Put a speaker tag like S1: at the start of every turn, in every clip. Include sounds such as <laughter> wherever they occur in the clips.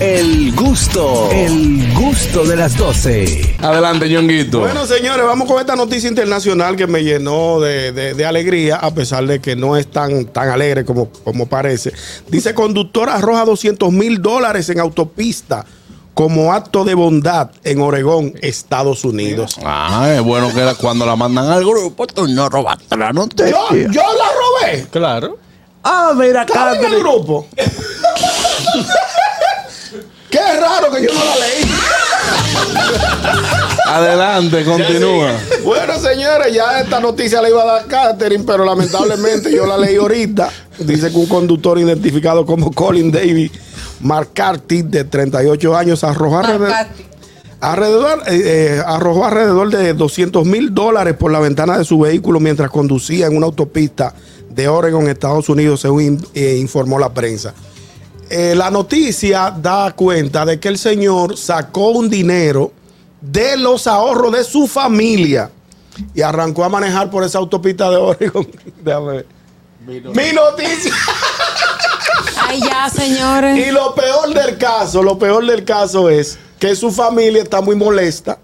S1: El gusto, el gusto de las 12.
S2: Adelante, Ñonguito.
S3: Bueno, señores, vamos con esta noticia internacional que me llenó de, de- de alegría, a pesar de que no es tan, tan alegre como, como parece. Dice, conductor arroja 200 mil dólares en autopista como acto de bondad en Oregón, Estados Unidos.
S2: Ah, es bueno que la- cuando la mandan al grupo, tú no robaste la noticia.
S3: Yo, yo la robé.
S2: Claro.
S1: Ah, mira,
S3: Estaba en el
S1: Catherine.
S3: grupo. <laughs> Qué raro que yo no la leí.
S2: Adelante, continúa.
S3: Bueno, señores, ya esta noticia la iba a dar Catherine, pero lamentablemente yo la leí ahorita. Dice que un conductor identificado como Colin Davis McCarthy, de 38 años, arrojó alrededor,
S4: Macati.
S3: alrededor, eh, eh, arrojó alrededor de 200 mil dólares por la ventana de su vehículo mientras conducía en una autopista de Oregon, Estados Unidos, según in- eh, informó la prensa. Eh, la noticia da cuenta de que el señor sacó un dinero de los ahorros de su familia y arrancó a manejar por esa autopista de Oregon. <laughs> Déjame ver. Mi noticia.
S4: Ay, ya, señores.
S3: Y lo peor del caso, lo peor del caso es que su familia está muy molesta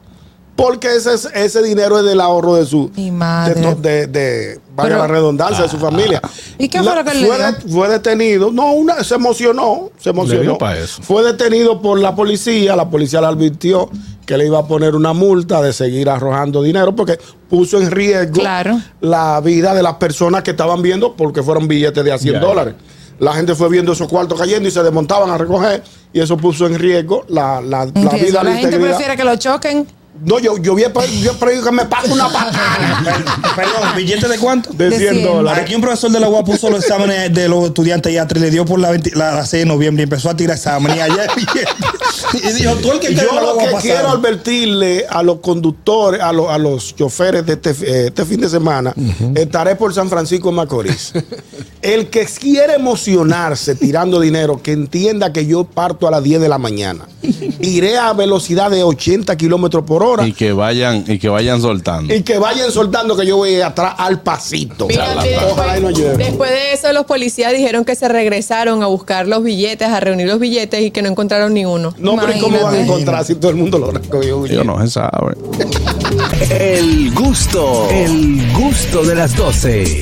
S3: porque ese, es- ese dinero es del ahorro de su...
S4: Mi
S3: De,
S4: madre.
S3: to- de- de- valga
S4: Pero-
S3: la redundancia, de su
S2: Ah.
S3: familia.
S4: ¿Y qué fue
S3: La-
S4: lo que le
S3: fue
S4: dio?
S3: de- fue detenido. No, una, se emocionó.
S2: Le
S3: Se emocionó.
S2: dio pa' eso.
S3: Fue detenido por la policía. La policía le advirtió que le iba a poner una multa de seguir arrojando dinero porque puso en riesgo
S4: Claro.
S3: la vida de las personas que estaban viendo porque fueron billetes de a 100
S2: Ya.
S3: dólares. La gente fue viendo esos cuartos cayendo y se desmontaban a recoger y eso puso en riesgo la, la- la
S4: Entiendo.
S3: vida, la
S4: la gente
S3: integridad.
S4: prefiere que lo choquen.
S3: No, yo, yo vi yo prefiero que me pase una patada
S5: Perdón, ¿billete de cuánto?
S3: de
S4: De
S3: 100
S4: 100.
S3: dólares.
S5: Aquí un profesor de la UAP puso los exámenes de los estudiantes y le dio por la, 20 la, la 6 de noviembre y empezó a tirar exámenes. Y, ayer, <laughs> y dijo, tú el que quiera
S3: Yo
S5: lo
S3: lo
S5: va a
S3: que
S5: pasar.
S3: quiero advertirle a los conductores, a, lo- a los choferes de este, eh, este fin de semana, estaré por San Francisco de
S5: <laughs>
S3: Macorís. El que quiere emocionarse tirando dinero, que entienda que yo parto a las 10 de la mañana. Iré a velocidad de 80 kilómetros por hora
S2: Y
S3: y,
S2: que vayan, y que vayan soltando.
S3: que vayan soltando que yo voy atrás al pasito.
S6: Mira, que
S3: Ojalá y no
S6: después,
S3: llueva.
S6: después de eso, los policías dijeron que se regresaron a buscar los billetes, a reunir los billetes y que no encontraron ni uno.
S3: No, pero ¿y ¿cómo van a
S4: Imagínate.
S3: encontrar si todo el mundo lo recogió?
S2: Yo no se sabe.
S1: El gusto, el gusto de las 12.